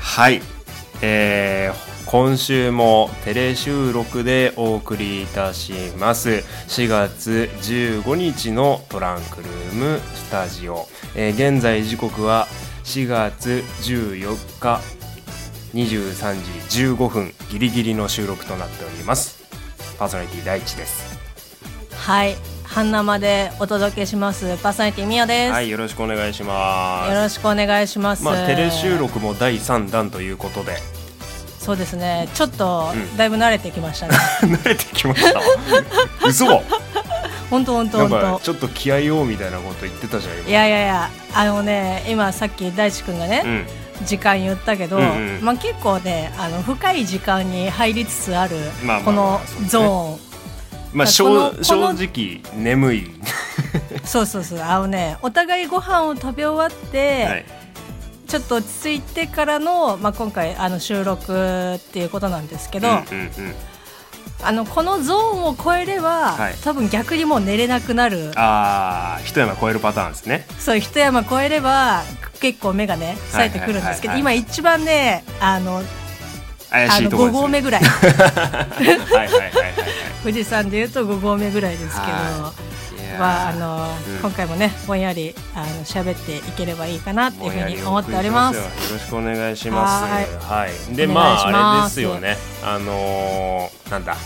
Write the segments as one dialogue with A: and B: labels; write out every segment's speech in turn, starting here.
A: はい、えー今週もテレ収録でお送りいたします4月15日のトランクルームスタジオ、えー現在時刻は4月14日23時15分ギリギリの収録となっておりますパーソナリティ第一です
B: はい、半生でお届けします。パーソナリティみよです、
A: はいよろしくお願いします
B: よろしくお願いします。
A: まあテレ収録も第3弾ということで
B: そうですね。ちょっと、
A: うん
B: だいぶ慣れてき ましたね。
A: 慣れてきましたわ 嘘
B: 本当本当
A: なん
B: 本
A: か
B: 当。
A: ちょっと気合いをみたいなこと言ってたじゃん今
B: いやいやいや、あのね、今さっき大地君がね、
A: うん
B: 時間言ったけど、
A: うんうん
B: まあ結構ね、あの深い時間に入りつつある、
A: まあまあまあ
B: この
A: そうですね
B: ゾ ーン。
A: まあ
B: だ
A: 正
B: この
A: 正直眠い、
B: そうそうそう、あのね、お互いご飯を食べ終わって、
A: はい、
B: ちょっと落ち着いてからの、まあ今回あの収録っていうことなんですけど。
A: うんうんうん
B: あのこのゾーンを超えれば、
A: はい
B: 多分逆にもう寝れなくなる
A: ああ一山超えるパターンですね
B: そう一山越えれば結構目がね冴えてくるんですけど
A: はいは
B: 今
A: いはいはい
B: 一番ねあの
A: 怪
B: あ
A: しい
B: の
A: ところ
B: 5
A: です
B: 合目
A: ね
B: ぐらい
A: はいはいはいはい
B: 富士山でいうと5合目ぐらいですけど
A: は
B: まあ
A: は
B: あ
A: いいやー
B: の、
A: うん
B: 今回もねぼんやりあの喋っていければいいかなってい
A: ぼ
B: う
A: ん
B: ふ
A: や
B: う
A: り
B: に
A: お
B: 思っ
A: 送
B: て
A: り
B: おり
A: し
B: ます
A: よよろしくお願いします
B: は
A: はい、で
B: お願い
A: まああ
B: し
A: れ
B: ま
A: です
B: す
A: よねあのーなんだ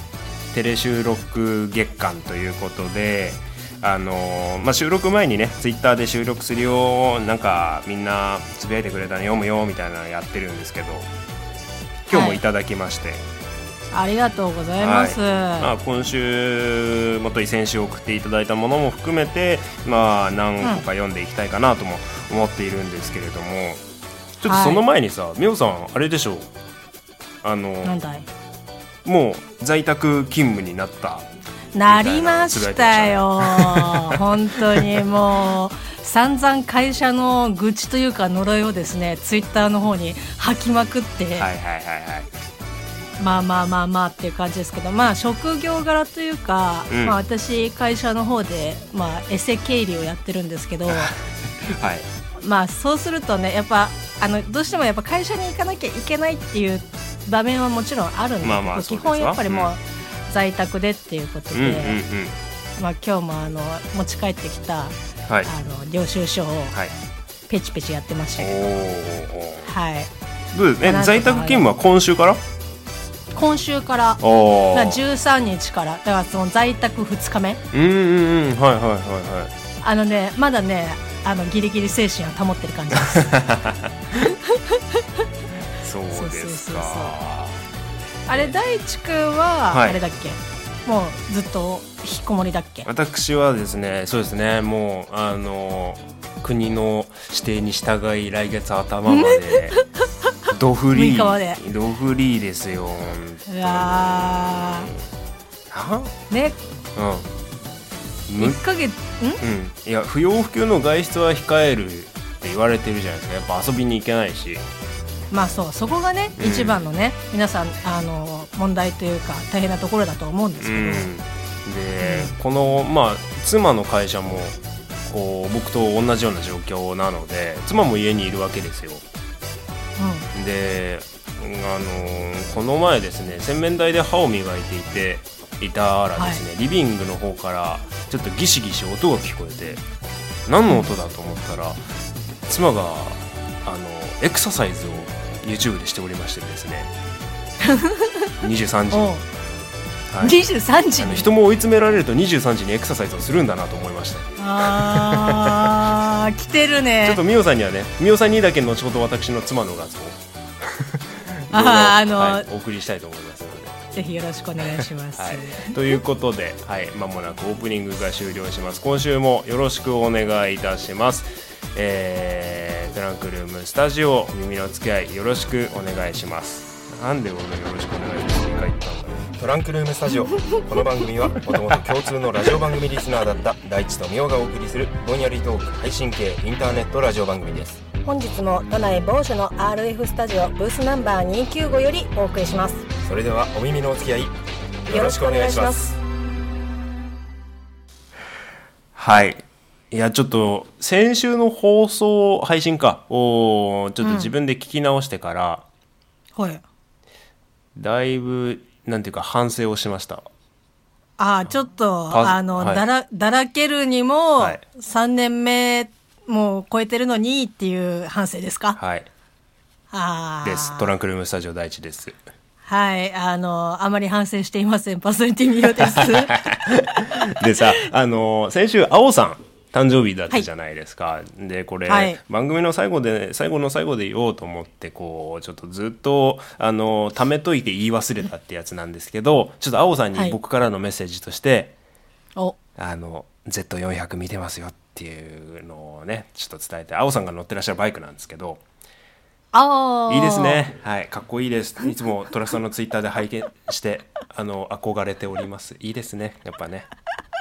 A: テレ収録月間ということであのーまあ、収録前にねツイッターで収録するよなんかみんなつぶやいてくれたの読むよみたいなのやってるんですけど今日もいただきまして、
B: ありがとうございます、
A: まあ、今週もとい先週送っていただいたものも含めて、まあ、何個か読んでいきたいかなとも思っているんですけれども、ちょっとその前にさ、みおさんあれでしょうあの
B: なんだい
A: もう在宅勤務になった
B: なりましたよ、 本当にもう、散々会社の愚痴というか、呪いをですねツイッターの方に吐きまくって、
A: はいはいはいはい
B: まあまあまあまあっていう感じですけど、まあ、職業柄というか、
A: うん
B: まあ、私、会社の方で、まあ、エセ経理をやってる んですけど、
A: はい
B: まあそうするとね、やっぱあのどうしてもやっぱ会社に行かなきゃいけないっていう場面はもちろんあるんだけど、
A: まあまあそうで
B: 基
A: すわ
B: 本やっぱりもう、
A: うん
B: 在宅でっていうこ
A: う
B: とで。
A: んうんうん
B: まあ、今日もあの持ち帰ってきた、
A: はい
B: あの領収書を
A: はい
B: ペチペチやってまし
A: お
B: たけど、
A: ーおーおー
B: はい、
A: どうえ
B: なんとか
A: 在宅勤務は今週から
B: 今週から
A: おお
B: まあ13日からだからその在宅2日目
A: うんうんうんはいはいはいはい
B: あのねまだねあのギリギリ精神を保ってる感じです
A: そうです
B: そうそうそう
A: か
B: あれ大地君は、
A: はい
B: あれだっけもうずっと引きこもりだっけ
A: 私はですねそうですねもうあの国の指定に従い来月頭までドフリ
B: 六日まで
A: ードフリーですよ本当に
B: うわ
A: な
B: ね
A: うんむ
B: 1ヶ月ん
A: うんいや不要不急の外出は控えるって言われてるじゃないですかやっぱ遊びに行けないし
B: まあそうそこがね、
A: うん
B: 一番のね皆さんあの問題というか大変なところだと思うんです
A: う
B: けど、
A: んでこのまあ妻の会社もこう僕と同じような状況なので妻も家にいるわけですよ
B: うん
A: で、うんあのーこの前ですね洗面台で歯を磨いていていたらですね、リビングの方からちょっとギシギシ音が聞こえて何の音だと思ったら妻があのエクササイズを YouTube でしておりましてです ね23時に、
B: おう
A: はい、
B: 23時
A: あの
B: に
A: 人も追い詰められると23時にエクササイズをするんだなと思いました
B: あー来てるね
A: ちょっとミオさんにはねミオさんにだけ後ほど私の妻の画像を
B: あー あのー
A: はいお送りしたいと思いますので
B: ぜひよろしくお願いします、
A: はい、ということで、はい、まもなくオープニングが終了します。今週もよろしくお願いいたします。えー、トランクルームスタジオ耳の付き合いよろしくお願いします。なんで俺がよろしくお願いしますって言ったんだよ。
C: トランクルームスタジオこの番組はもともと共通のラジオ番組リスナーだった大地とみおがお送りするぼんやりトーク配信系インターネットラジオ番組です
D: 本日も都内某所の RF スタジオブースナンバー295よりお送りします
C: それではお耳のお付き合いよろしくお願いします
A: はい。いや、ちょっと、先週の放送、配信か、を、ちょっと自分で聞き直してから、
B: はい
A: だいぶなんていうか反省をしました
B: ああちょっと
A: パ
B: あの、
A: はい
B: だらだらけるにも
A: はい
B: 3年目もう超えてるのにっていう反省ですか、
A: はい
B: ああ
A: ですトランクルームスタジオ第一です
B: はいあのあまり反省していませんパーソナリティミオで すは
A: でさ、あのー先週、青さん、誕生日だったじゃないですか。で、これ、
B: はい
A: 番組の最後で、最後の最後で言おうと思って、こう、ちょっとずっと、あのー貯めといて言い忘れたってやつなんですけど、ちょっと青さん
B: は
A: に
B: い
A: 僕からのメッセージとして、
B: お
A: あの、Z400 見てますよっていうのをね、ちょっと伝えて、青さんが乗ってらっしゃるバイクなんですけど、
B: ああ
A: いいですね。はい、かっこいいです。いつもトラさんのツイッターで拝見して、 あの憧れております。いいですね。やっぱね。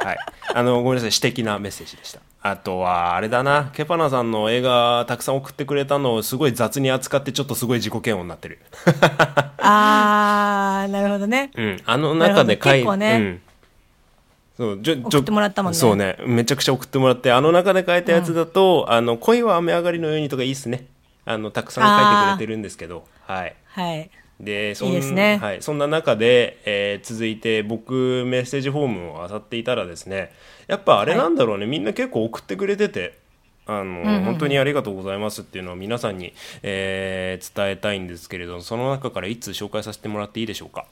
A: はい。あのごめんなさい、私的なメッセージでした。あとはあれだな、ケパナさんの映画たくさん送ってくれたのをすごい雑に扱ってちょっとすごい自己嫌悪になってる。
B: ああなるほどね
A: うん、あの中で書い
B: なるほど結構ね
A: うんそうじょ
B: 送ってもらったもんね
A: そうねめちゃくちゃ送ってもらってあの中で書いたやつだと「あの恋は雨上がりのように」とかいいっすねあのたくさん書いてくれてるんですけどはい
B: はい
A: でそ
B: い
A: ん
B: いですね
A: はい、そんな中で、えー続いて僕メッセージフォームを漁っていたらですねやっぱあれなんだろうね、みんな結構送ってくれててあの、本当にありがとうございますっていうのを皆さんに、えー伝えたいんですけれどその中からいつ紹介させてもらっていいでしょうか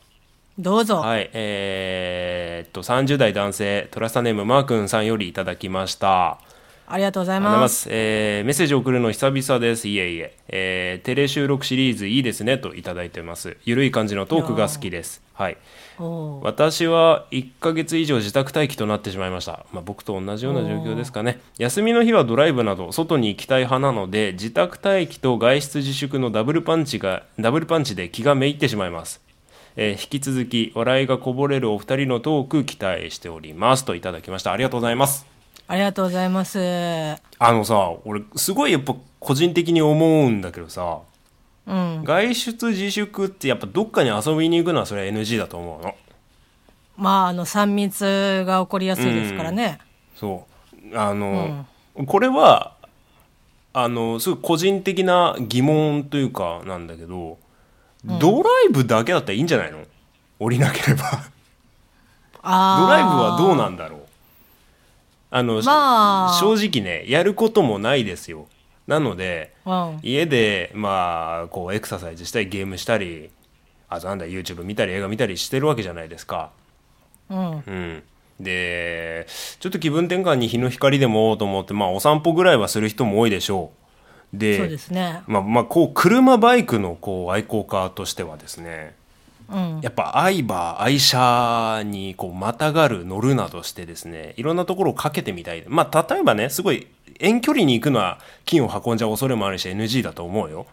B: どうぞ、
A: はいえーっと30代男性トラスタネームマー君さんよりいただきました
B: ありがとうござい
A: ありがとうござい
B: ま
A: ますす。えーメッセージ送るの久々です。いえいええーテレ収録シリーズいいですねといただいてます。ゆるい感じのトークが好きです。はい。
B: おー
A: 私は1ヶ月以上自宅待機となってしまいました、まあ、僕と同じような状況ですかね休みの日はドライブなど外に行きたい派なので自宅待機と外出自粛のダブルパンチがダブルパンチで気がめいってしまいます、えー引き続き笑いがこぼれるお二人のトーク期待しておりますといただきましたありがとうございます
B: ありがとうございますう
A: あのさ俺すごいやっぱ個人的に思うんだけどさ
B: ん
A: 外出自粛ってやっぱどっかに遊びに行くのはそれは NG だと思うの
B: まああの3密が起こりやすいですからね、
A: そうあの、これはあのすごい個人的な疑問というかなんだけど、ドライブだけだったらいいんじゃないの降りなければドライブは
B: あ
A: どうなんだろうあの、し
B: まあ
A: 正直ねやることもないですよなので
B: ドライブはどう、うん、
A: 家でまあこうエクササイズしたりゲームしたりあとなんだ YouTube 見たり映画見たりしてるわけじゃないですか
B: うん、
A: うん、でちょっと気分転換に日の光でもと思って、まあ、お散歩ぐらいはする人も多いでしょうで
B: そうですね。
A: まあまあ、こう車バイクのこう愛好家としてはですね
B: うん。
A: やっぱ愛馬愛車にこうまたがる乗るなどしてですねいろんなところをかけてみたい、まあ、例えばねすごい遠距離に行くのは金を運んじゃう恐れもあるし NG だと思うよ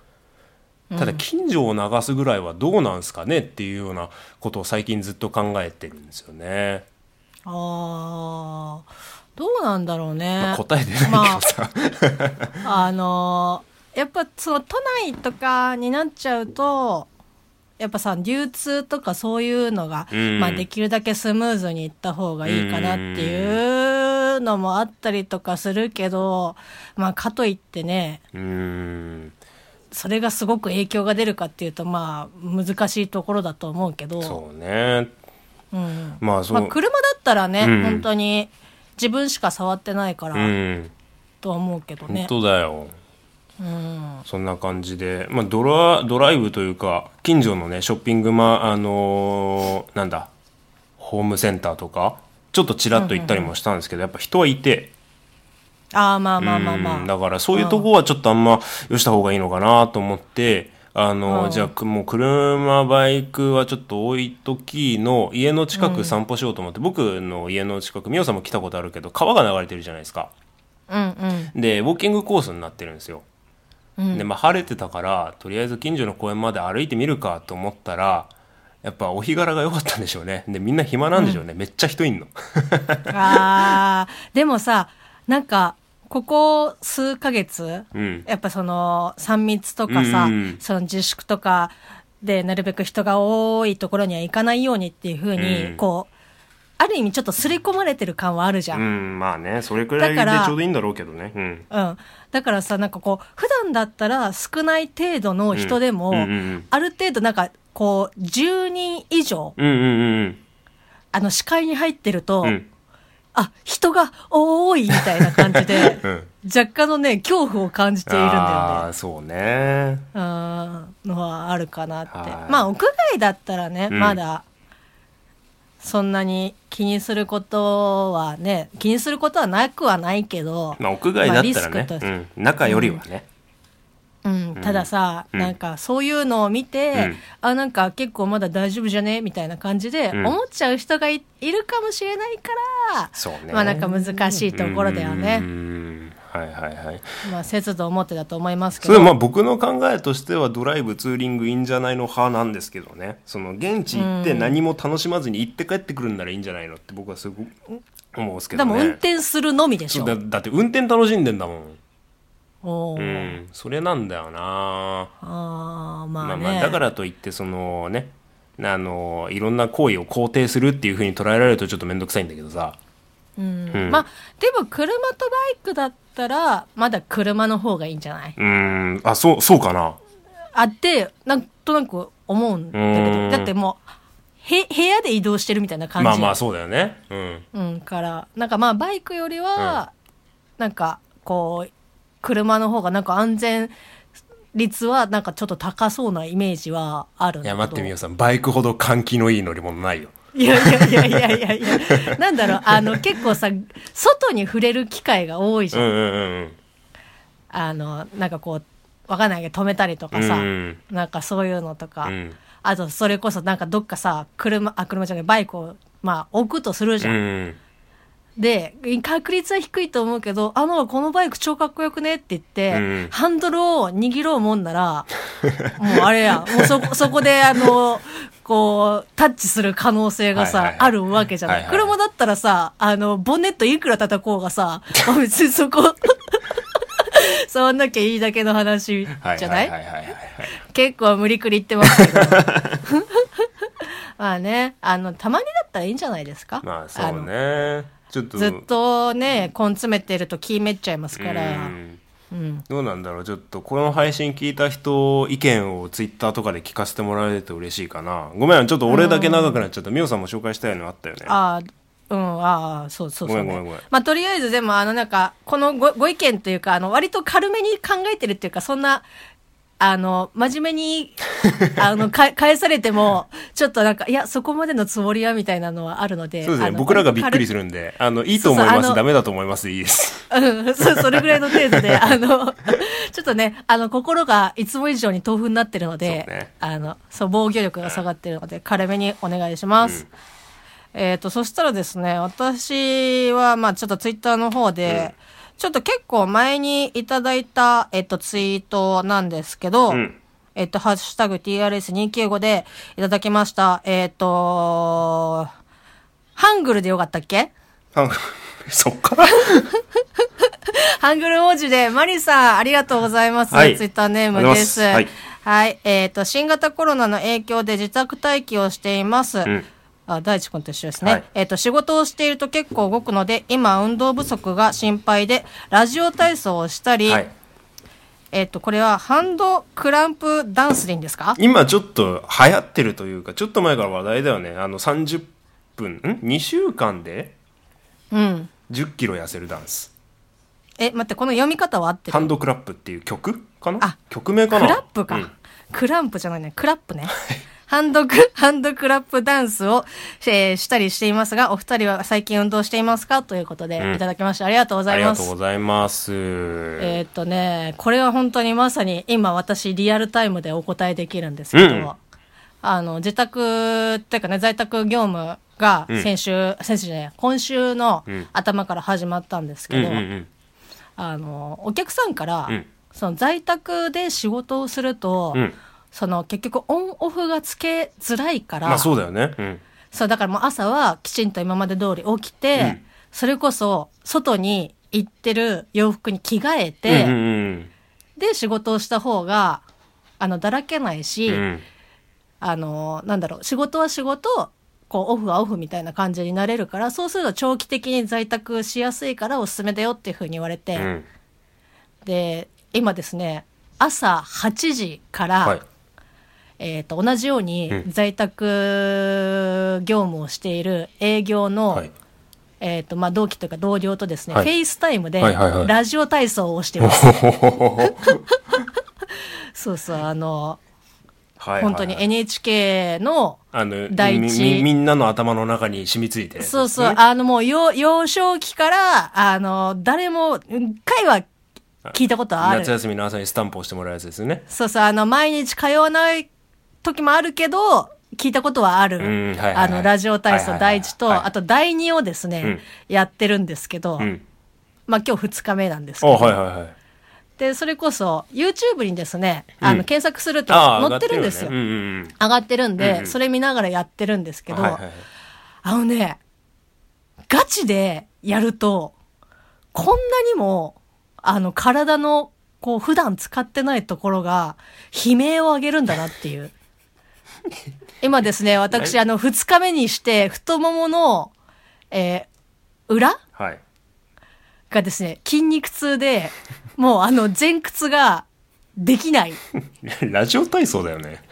A: ただ近所を流すぐらいはどうなんすかねっていうようなことを最近ずっと考えてるんですよね。
B: ああ、どうなんだろうね。
A: まあ答え出ないけどさ、
B: あのーやっぱその都内とかになっちゃうと、やっぱさ、流通とかそういうのが、
A: うん
B: まあできるだけスムーズにいった方がいいかなっていうのもあったりとかするけど、まあかといってね、
A: うーん
B: それがすごく影響が出るかっていうと、まあ難しいところだと思うけど。
A: そうね
B: うん。
A: まあそ
B: まあ、
A: の、
B: 車だったらね、
A: うん
B: 本当に自分しか触ってないから、
A: うん
B: とは思うけど
A: 本
B: ね。
A: 当だよ、
B: うん、
A: そんな感じで、まあ、ドラドライブというか近所のねショッピングマあのーなんだホームセンターとかちょっとちらっと行ったりもしたんですけど、やっぱ人はいて、
B: ああまあまあまあ
A: う
B: ま
A: ん
B: あ。
A: だからそういうとこはちょっとあんまよした方がいいのかなと思ってあの、
B: うん
A: じゃあくもう車バイクはちょっと置いときの家の近く散歩しようと思って、僕の家の近く美桜さんも来たことあるけど川が流れてるじゃないですか
B: うんうん。
A: でウォーキングコースになってるんですよ、でまあ晴れてたからとりあえず近所の公園まで歩いてみるかと思ったらやっぱお日柄が良かったんでしょうねでみんな暇なんでしょうね、めっちゃ人いんの
B: ああ、でもさ、なんか、ここ数ヶ月、
A: うん
B: やっぱその、3密とかさ、
A: うん
B: その自粛とかで、なるべく人が多いところには行かないようにっていうふうに、
A: うん
B: こう、ある意味ちょっと刷り込まれてる感はあるじゃん。
A: う
B: うん。
A: んまあねそれくらいで
B: だから
A: ちょうどいいんだろうけどねうん
B: だからさ、なんかこう、普段だったら少ない程度の人でも、
A: うんうんうん
B: ある程度なんか、こう、10人以上、
A: うんうんうん
B: あの、視界に入ってると、
A: うんうん
B: あ、人が多いみたいな感じで、
A: うん
B: 若干のね、恐怖を感じているんだよ
A: あ
B: ね。
A: あそうね
B: うーん、のはあるかなって
A: は。い
B: まあ、屋外だったらね、
A: うん
B: まだ、そんなに気にすることはね、気にすることはなくはないけど、
A: まあ屋外だっ
B: まあリ
A: た
B: ス
A: ら
B: ク
A: ね
B: と、して
A: うん、中よりはね、
B: うん、たださ、
A: うん
B: なんかそういうのを見て、
A: うん
B: あなんか結構まだ大丈夫じゃねみたいな感じで
A: うん
B: 思っちゃう人がいいるかもしれないから、
A: そうね
B: まあなんか難しいところだよ
A: うんう
B: ね、
A: んはいはいはい
B: まあ節度を持ってだと思いますけ
A: それ
B: ど
A: まあ僕の考えとしてはドライブツーリングいいんじゃないの派なんですけどねその現地行って何も楽しまずに行って帰ってくるんならいいんじゃないのって僕はすごく思うんですけど
B: で
A: ね
B: も運転するのみでし
A: そうだ
B: ょ
A: だって運転楽しんでんだもん
B: お
A: う
B: ー
A: んそれなんだよな
B: あーま
A: ま
B: あ
A: あ
B: ね、
A: まあだからといってそのねあのいろんな行為を肯定するっていうふうに捉えられるとちょっと面倒くさいんだけどさ
B: うん
A: うん
B: まあでも車とバイクだったらまだ車の方がいいんじゃない
A: うんあそうそうかな
B: あってなんとなく思うんだけ
A: う
B: ど
A: ん
B: だってもうへ部屋で移動してるみたいな感じ
A: まあまあそうだよねうん
B: うん、から、なんかまあバイクよりは、なんかこう、車の方がなんか安全率はなんかちょっと高そうなイメージはあるん
A: い
B: だけど。
A: や待ってみようさんバイクほど換気のいい乗り物ないよ
B: いやいやいやいやいやいや。なんだろう、あの結構さ、外に触れる機会が多いじ
A: う
B: ゃん。
A: んうんうん
B: あの、なんかこう、わかんないけど止めたりとか
A: うん
B: さ、
A: うん
B: なんかそういうのとか、
A: うん
B: あとそれこそなんかどっかさ、車、あ、車じゃない、バイクを、まあ置くとするじゃん
A: う。ん
B: で、確率は低いと思うけど、あの、このバイク超かっこよくねって言って、
A: うん
B: ハンドルを握ろうもんなら、もうあれや、もうそこ、そ こであの、こう、タッチする可能性がさ、
A: はいはいはい
B: あるわけじゃない,、
A: はいはい
B: 車だったらさ、あの、ボンネットいくら叩こうがさ、あ別に そこ、触んなきゃいいだけの話じゃな
A: は
B: い,、
A: いはいはいはいはい
B: 結構無理くり言ってますけど。 まあね、あの、たまにだったらいいんじゃないですか。
A: まあ
B: あ
A: そう
B: の
A: ねちょっと
B: ずっとね、根詰めてると気めっちゃいますか
A: う
B: ら。
A: ん
B: うん。
A: どうなんだろうちょっとこの配信聞いた人意見をツイッターとかで聞かせてもらえると嬉しいかなごめんちょっと俺だけ長くなっちゃったみおさんも紹介したいのあったよね
B: ああ、うん、ああ、そうそうそう、ね。
A: ごめんごめんごめん
B: まあ、とりあえずでも、あの、なんか、このごご意見というか、あの、割と軽めに考えてるっていうか、そんな、あの、真面目 に、あの、か返されても、ちょっとなんか、いや、そこまでのつもりは、みたいなのはあるので。
A: そうです
B: あ
A: ね
B: の
A: 僕らがびっくりす
B: 割と軽
A: るんであのいいと思いま
B: そうそうあ
A: す
B: の
A: ダメだと思いますでいい です
B: うん、そ、それぐらいの程 度で、あの、ちょっとね、あの、心がいつも以上に豆腐になってるので、
A: そうね
B: あの、そう、防御力が下がってるので、軽めにお願いします。えっ、と、そしたらですね、私は、まあ、ちょっとツイッターの方で、ちょっと結構前にいただいた、えっと、ツイートなんですけど、
A: ん
B: えっと、ハッシュタグ TRS295 でいただきました。えっ、と、ハングルでよかったっけ
A: あそっから
B: ハングル王子で、マリさん、ありがとうございます。
A: はい
B: ツイッターネームです。
A: あ
B: は
A: りが
B: い
A: とうござい。
B: えっ、と、新型コロナの影響で自宅待機をしています。
A: ん
B: あ大地君と一緒ですね、
A: はい
B: えっ、と、仕事をしていると結構動くので、今、運動不足が心配で、ラジオ体操をしたり、
A: はい
B: えっ、と、これはハンドクランプダンスでいいんですか
A: 今ちょっと流行ってるというかちょっと前から話題だよねあの30分ん2週間で
B: うん。
A: 1 0キロ痩せるダンス
B: え、待って、この読み方は合って
A: ハ
B: る
A: ンドクラップっていう曲かな
B: あ
A: 曲名
B: ク
A: かな
B: ラップか、
A: うん
B: クランプじゃないね。クラップね。ハンドク、ハンドクラップダンスを、えーしたりしていますが、お二人は最近運動していますかということで、
A: うん
B: いただきました。ありがとうござ
A: あ
B: い
A: り
B: ま
A: が
B: す
A: とう。ございます、
B: えーっとね、これは本当にまさに今私リアルタイムでお答えできるんですけど、
A: うん
B: あの、自宅っていうかね、在宅業務が
A: うん
B: 先週、先週じゃない今週の
A: うん
B: 頭から始まったんですけ
A: うん
B: ど、
A: うんうん
B: あの、お客さんから、
A: うん
B: その在宅で仕事をすると、
A: うん
B: その結局オンオフがつけづらいから、
A: まあそうだよねうん
B: そうだからもう朝はきちんと今まで通り起きて、
A: うん
B: それこそ外に行ってる洋服に着替えて、
A: うんうん
B: で仕事をした方が、あの、だらけないし、
A: うんうん
B: あの、なんだろう、仕事は仕事、こうオフはオフみたいな感じになれるからそうすると長期的に在宅しやすいからおすすめだよっていうふうに言われて、
A: うん
B: で今ですね朝8時から、
A: はい
B: えー、と同じように
A: うん
B: 在宅業務をしている営業の、
A: はい
B: えーとまあ、同期というか同僚とですね、
A: はい
B: フェイスタイムで
A: はいはいはい
B: ラジオ体操をしてます。そうそうあの
A: はい
B: 本当に NHK の
A: あの
B: 第一
A: みみみんなの頭の中に染みついてるやつです
B: そうそう、あのもう幼幼少期から、あの、誰も、うん一回は聞いたことある
A: 夏。休みの朝にスタンプをしてもらうやつですよね
B: そうそう、あの、毎日通わない時もあるけど、聞いたことはある。
A: うんはいはいはい
B: あの、ラジオ体
A: はいはいは
B: 操
A: い
B: 第一と、
A: はい
B: あと第二をですね、やってるんですけど、
A: うん
B: まあ今日二日目なんですけ
A: あ
B: ど、
A: はいはいはい
B: で、それこそ YouTube にですね、あ
A: うん
B: の、検索すると
A: ああ
B: 載ってるんですよ。
A: 上がってるよね
B: 上がってるんで、
A: うんうん
B: それ見ながらやってるんですけ
A: うんうんは
B: ど、
A: いはいはい
B: あのね、ガチでやると、こんなにも、あの、体の、こう、普段使ってないところが、悲鳴を上げるんだなっ ていう。今ですね、私、あの、二日目にして、太ももの、えー裏
A: はい
B: がですね、筋肉痛で、もう、あの、前屈が、できない。
A: ラジオ体操だよね。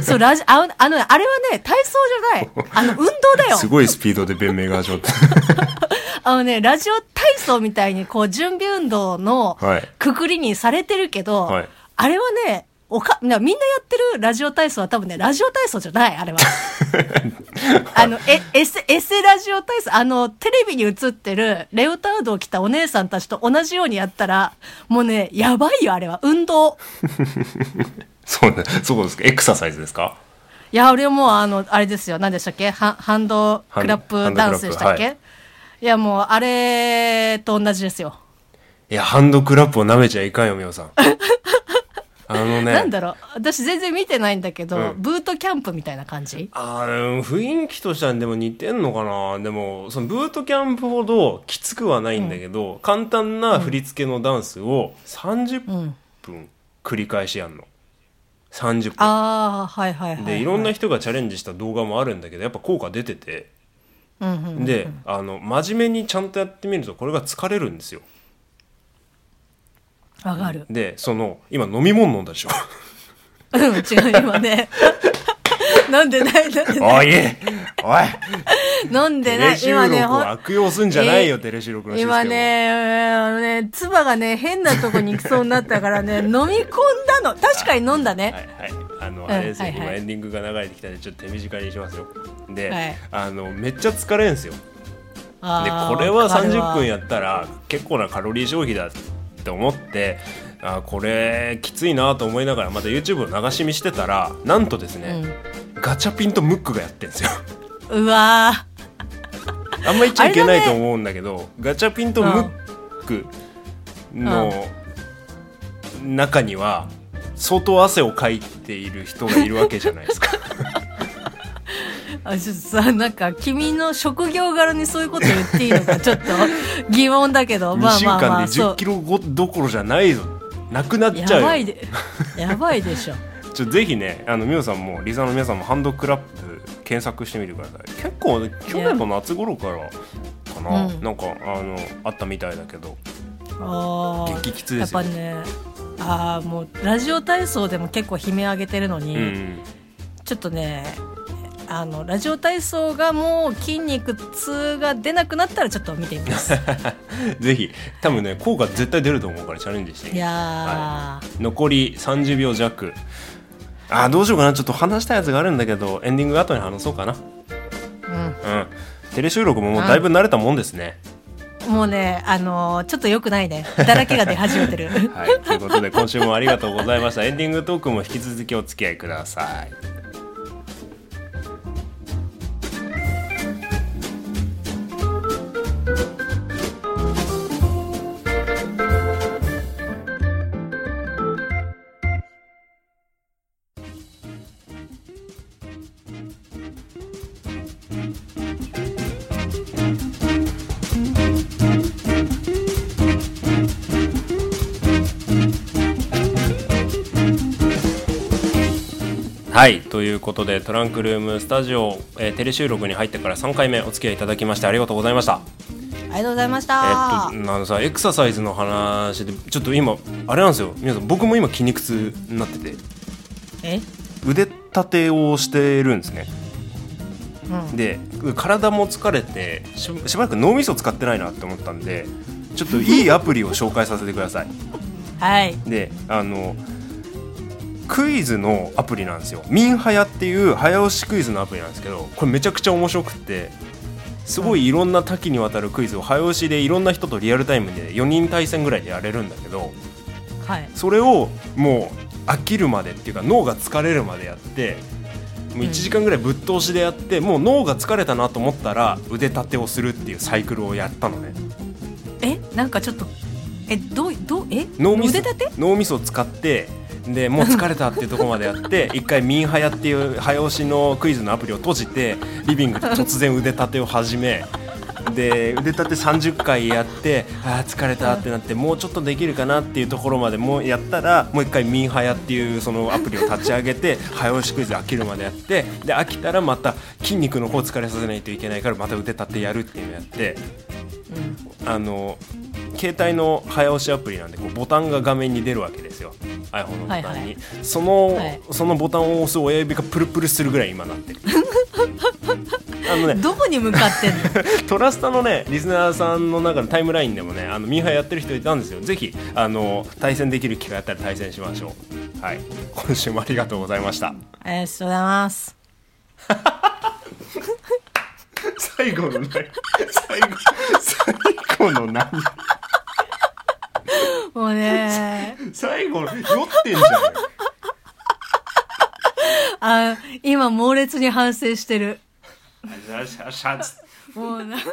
B: そう、ラジ、あの、あのね、あれはね、体操じゃない。あの、運動だよ。
A: すごいスピードで弁明が始ま った。
B: あのね、ラジオ体操みたいに、こう、準備運動の
A: はい
B: くくりにされてるけど、
A: はい
B: あれはね、おか、なみんなやってるラジオ体操は多分ね、ラジオ体操じゃない、あれは。あの、え、エセ、エセラジオ体操、あの、テレビに映ってるレオタードを着たお姉さんたちと同じようにやったら、もうね、やばいよ、あれは。運動。
A: そうね、そうですか。エクササイズですか
B: いや、俺もうあの、あれですよ。何でしたっけハンハンドク
A: ハ
B: ラッ
A: ン
B: プ
A: ハン
B: ダ
A: ドクラップ
B: ンスでしたっけ、
A: はい
B: い、や、もう、あれと同じですよ。
A: いや、ハンドクラップを舐めちゃいかんよ、みお さん。あのね。
B: なんだろう私全然見てないんだけど、
A: うん
B: ブートキャンプみたいな感じ
A: あー雰囲気としてはでも似てんのかなでもそのブートキャンプほどきつくはないんだけど、簡単な振り付けのダンスを30分繰り返しやんの30分
B: ああはいはいはい、は
A: でいろんな人がチャレンジした動画もあるんだけどやっぱ効果出てて
B: うんうん
A: であの真面目にちゃんとやってみるとこれが疲れるんですよ
B: わかる
A: でその今飲み物飲んだでし ょ
B: うん違う今ね 飲んでない飲んでない
A: おいおい
B: 飲んで
A: テ
B: な
A: レ
B: い
A: 収
B: 今
A: 録
B: ねほ
A: を
B: ん
A: 悪用すんじゃないよ、
B: え
A: テレ収録のシステムを
B: 今ね、あのね、唾がね、変なとこに行きそうになったからね、飲み込んだの。確かに飲んだね。
A: はいはい、あの、
B: ん
A: あれですよ、
B: はいはい
A: 今エンディングが流れてきたんでちょっと手短にしますよで、
B: はい
A: あのめっちゃ疲れんすよで
B: あー
A: これは
B: わかる
A: 30
B: わ
A: 分やったら結構なカロリー消費だって思ってあーこれきついなと思いながらまた YouTube を流し見してたらなんとですね、ガチャピンとムックがやってん ですよ
B: うわー
A: あんま言っちゃいけない
B: あれ
A: と
B: だね
A: 思うんだけどガチャピンとムックの中には相当汗をかいている人がいるわけじゃないですか
B: あちょっとさなんか君の職業柄にそういうこと言っていいのかちょっと 疑問だけど
A: 2
B: まあ
A: 週
B: まあま
A: 間
B: あ
A: で
B: そ
A: 1 0
B: う
A: キロごどころじゃないぞなくなっちゃ
B: やば
A: う
B: い
A: よ
B: でやばい でしょ
A: ちょぜひねあの美桜さんもリザーの皆さんもハンドクラップ検索してみてください結構ね去年の夏頃からかな、
B: うん
A: なんかあのあったみたいだけど
B: あー
A: 激きつい
B: や
A: で
B: っ
A: すよ
B: ぱねああもうラジオ体操でも結構悲鳴上げてるのに、
A: うんうん
B: ちょっとねあのラジオ体操がもう筋肉痛が出なくなったらちょっと見てみます
A: ぜひ多分ね効果絶対出ると思うからチャレンジしてみ
B: い
A: て
B: や
A: 残り30秒弱あーどうしようかなちょっと話したいやつがあるんだけどエンディング後に話そうかな
B: ー、
A: うんテレ収録ももうだいぶ慣れたもんですね、
B: うん、もうねあのーちょっと良くないねだらけが出始めてる
A: はい、ということで今週もありがとうございました。エンディングトークも引き続きお付き合いください。はいということでトランクルームスタジオ、えーテレ収録に入ってから3回目お付き合いいただきましてありがとうございました
B: りがとうございまし
A: え
B: た
A: っと、なんさエクササイズの話でちょっと今あれなんですよ皆さん僕も今筋肉痛になってて
B: え
A: 腕立てをしてるんですね
B: うん
A: で体も疲れてししばらく脳みそ使ってないなって思ったんでちょっといいアプリを紹介させてください
B: はい
A: であのクイズのアプリなんですよ「ミンハヤ」っていう早押しクイズのアプリなんですけどこれめちゃくちゃ面白くってすごいいろんな多岐にわたるクイズを早押しでいろんな人とリアルタイムで4人対戦ぐらいでやれるんだけど
B: はい
A: それをもう飽きるまでっていうか脳が疲れるまでやってもう1時間ぐらいぶっ通しでやって、もう脳が疲れたなと思ったら腕立てをするっていうサイクルをやったのね
B: えなんかちょっとえどうどうえ
A: 脳みそ
B: 腕立て
A: 脳みそを使ってでもう疲れたっていうところまでやって 一回「ミンハヤ」っていう早押しのクイズのアプリを閉じてリビングで突然腕立てを始めで腕立て30回やってあー疲れたってなってもうちょっとできるかなっていうところまでもうやったらもう一回「ミンハヤ」っていうそのアプリを立ち上げ て早押しクイズ飽きるまでやってで飽きたらまた筋肉の方を疲れさせないといけないからまた腕立てやるっていうのをやって。あの携帯の早押しアプリなんでこうボタンが画面に出るわけですよ iPhone のボタンに、
B: はいはい
A: その、
B: はい
A: そのボタンを押す親指がプルプルするぐらい今な ってるあの
B: うん
A: ね
B: どこに向かってんの
A: トラスタのねリスナーさんの中のタイムラインでもねあのミーハーやってる人いたんですよぜひあの対戦できる機会あったら対戦しましょうはい今週もありがとうございました
B: ありがとうございます
A: 最後の何最後最後の何
B: もうね
A: 最後酔ってんじ ゃん
B: あ今猛烈に反省してる
A: シャシャシャ
B: もうな